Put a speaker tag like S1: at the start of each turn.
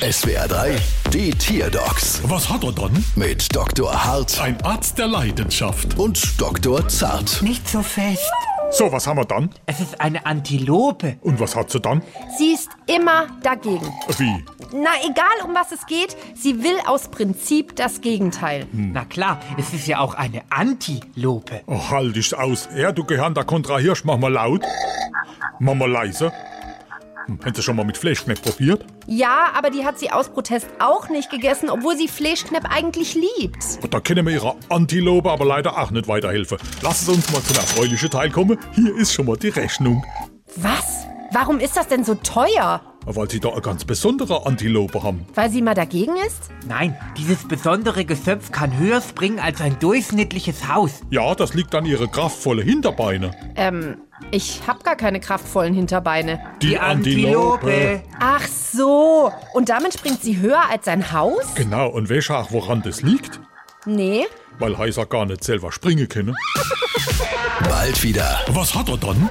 S1: SWR 3, die Tierdocs
S2: Was hat er dann?
S1: mit Dr. Hart
S2: Ein Arzt der Leidenschaft.
S1: und Dr. Zart.
S3: Nicht so fest.
S2: So, was haben wir dann?
S3: Es ist eine Antilope.
S2: Und was hat sie dann?
S4: Sie ist immer dagegen.
S2: Wie?
S4: Na, egal um was es geht, sie will aus Prinzip das Gegenteil.
S3: Na klar, es ist ja auch eine Antilope.
S2: Oh, halt dich aus. Ja, du Gehirn, da Kontra Hirsch, mach mal laut. Mach mal leise. Hm, Hättest du schon mal mit Fleischknepp probiert?
S4: Ja, aber die hat sie aus Protest auch nicht gegessen, obwohl sie Fleischknepp eigentlich liebt.
S2: Und da kennen wir ihre Antilope aber leider auch nicht weiterhelfen. Lass es uns mal zum erfreulichen Teil kommen. Hier ist schon mal die Rechnung.
S4: Was? Warum ist das denn so teuer?
S2: Weil sie da eine ganz besondere Antilope haben.
S4: Weil sie mal dagegen ist?
S3: Nein, dieses besondere Geschöpf kann höher springen als ein durchschnittliches Haus.
S2: Ja, das liegt an ihre kraftvolle Hinterbeine.
S4: Ähm, ich hab gar keine kraftvollen Hinterbeine.
S2: Die,
S4: Ach so. Und damit springt sie höher als ein Haus?
S2: Genau, und weißt du auch, woran das liegt?
S4: Nee.
S2: Weil Heiser gar nicht selber springen können.
S1: Bald wieder.
S2: Was hat er dann?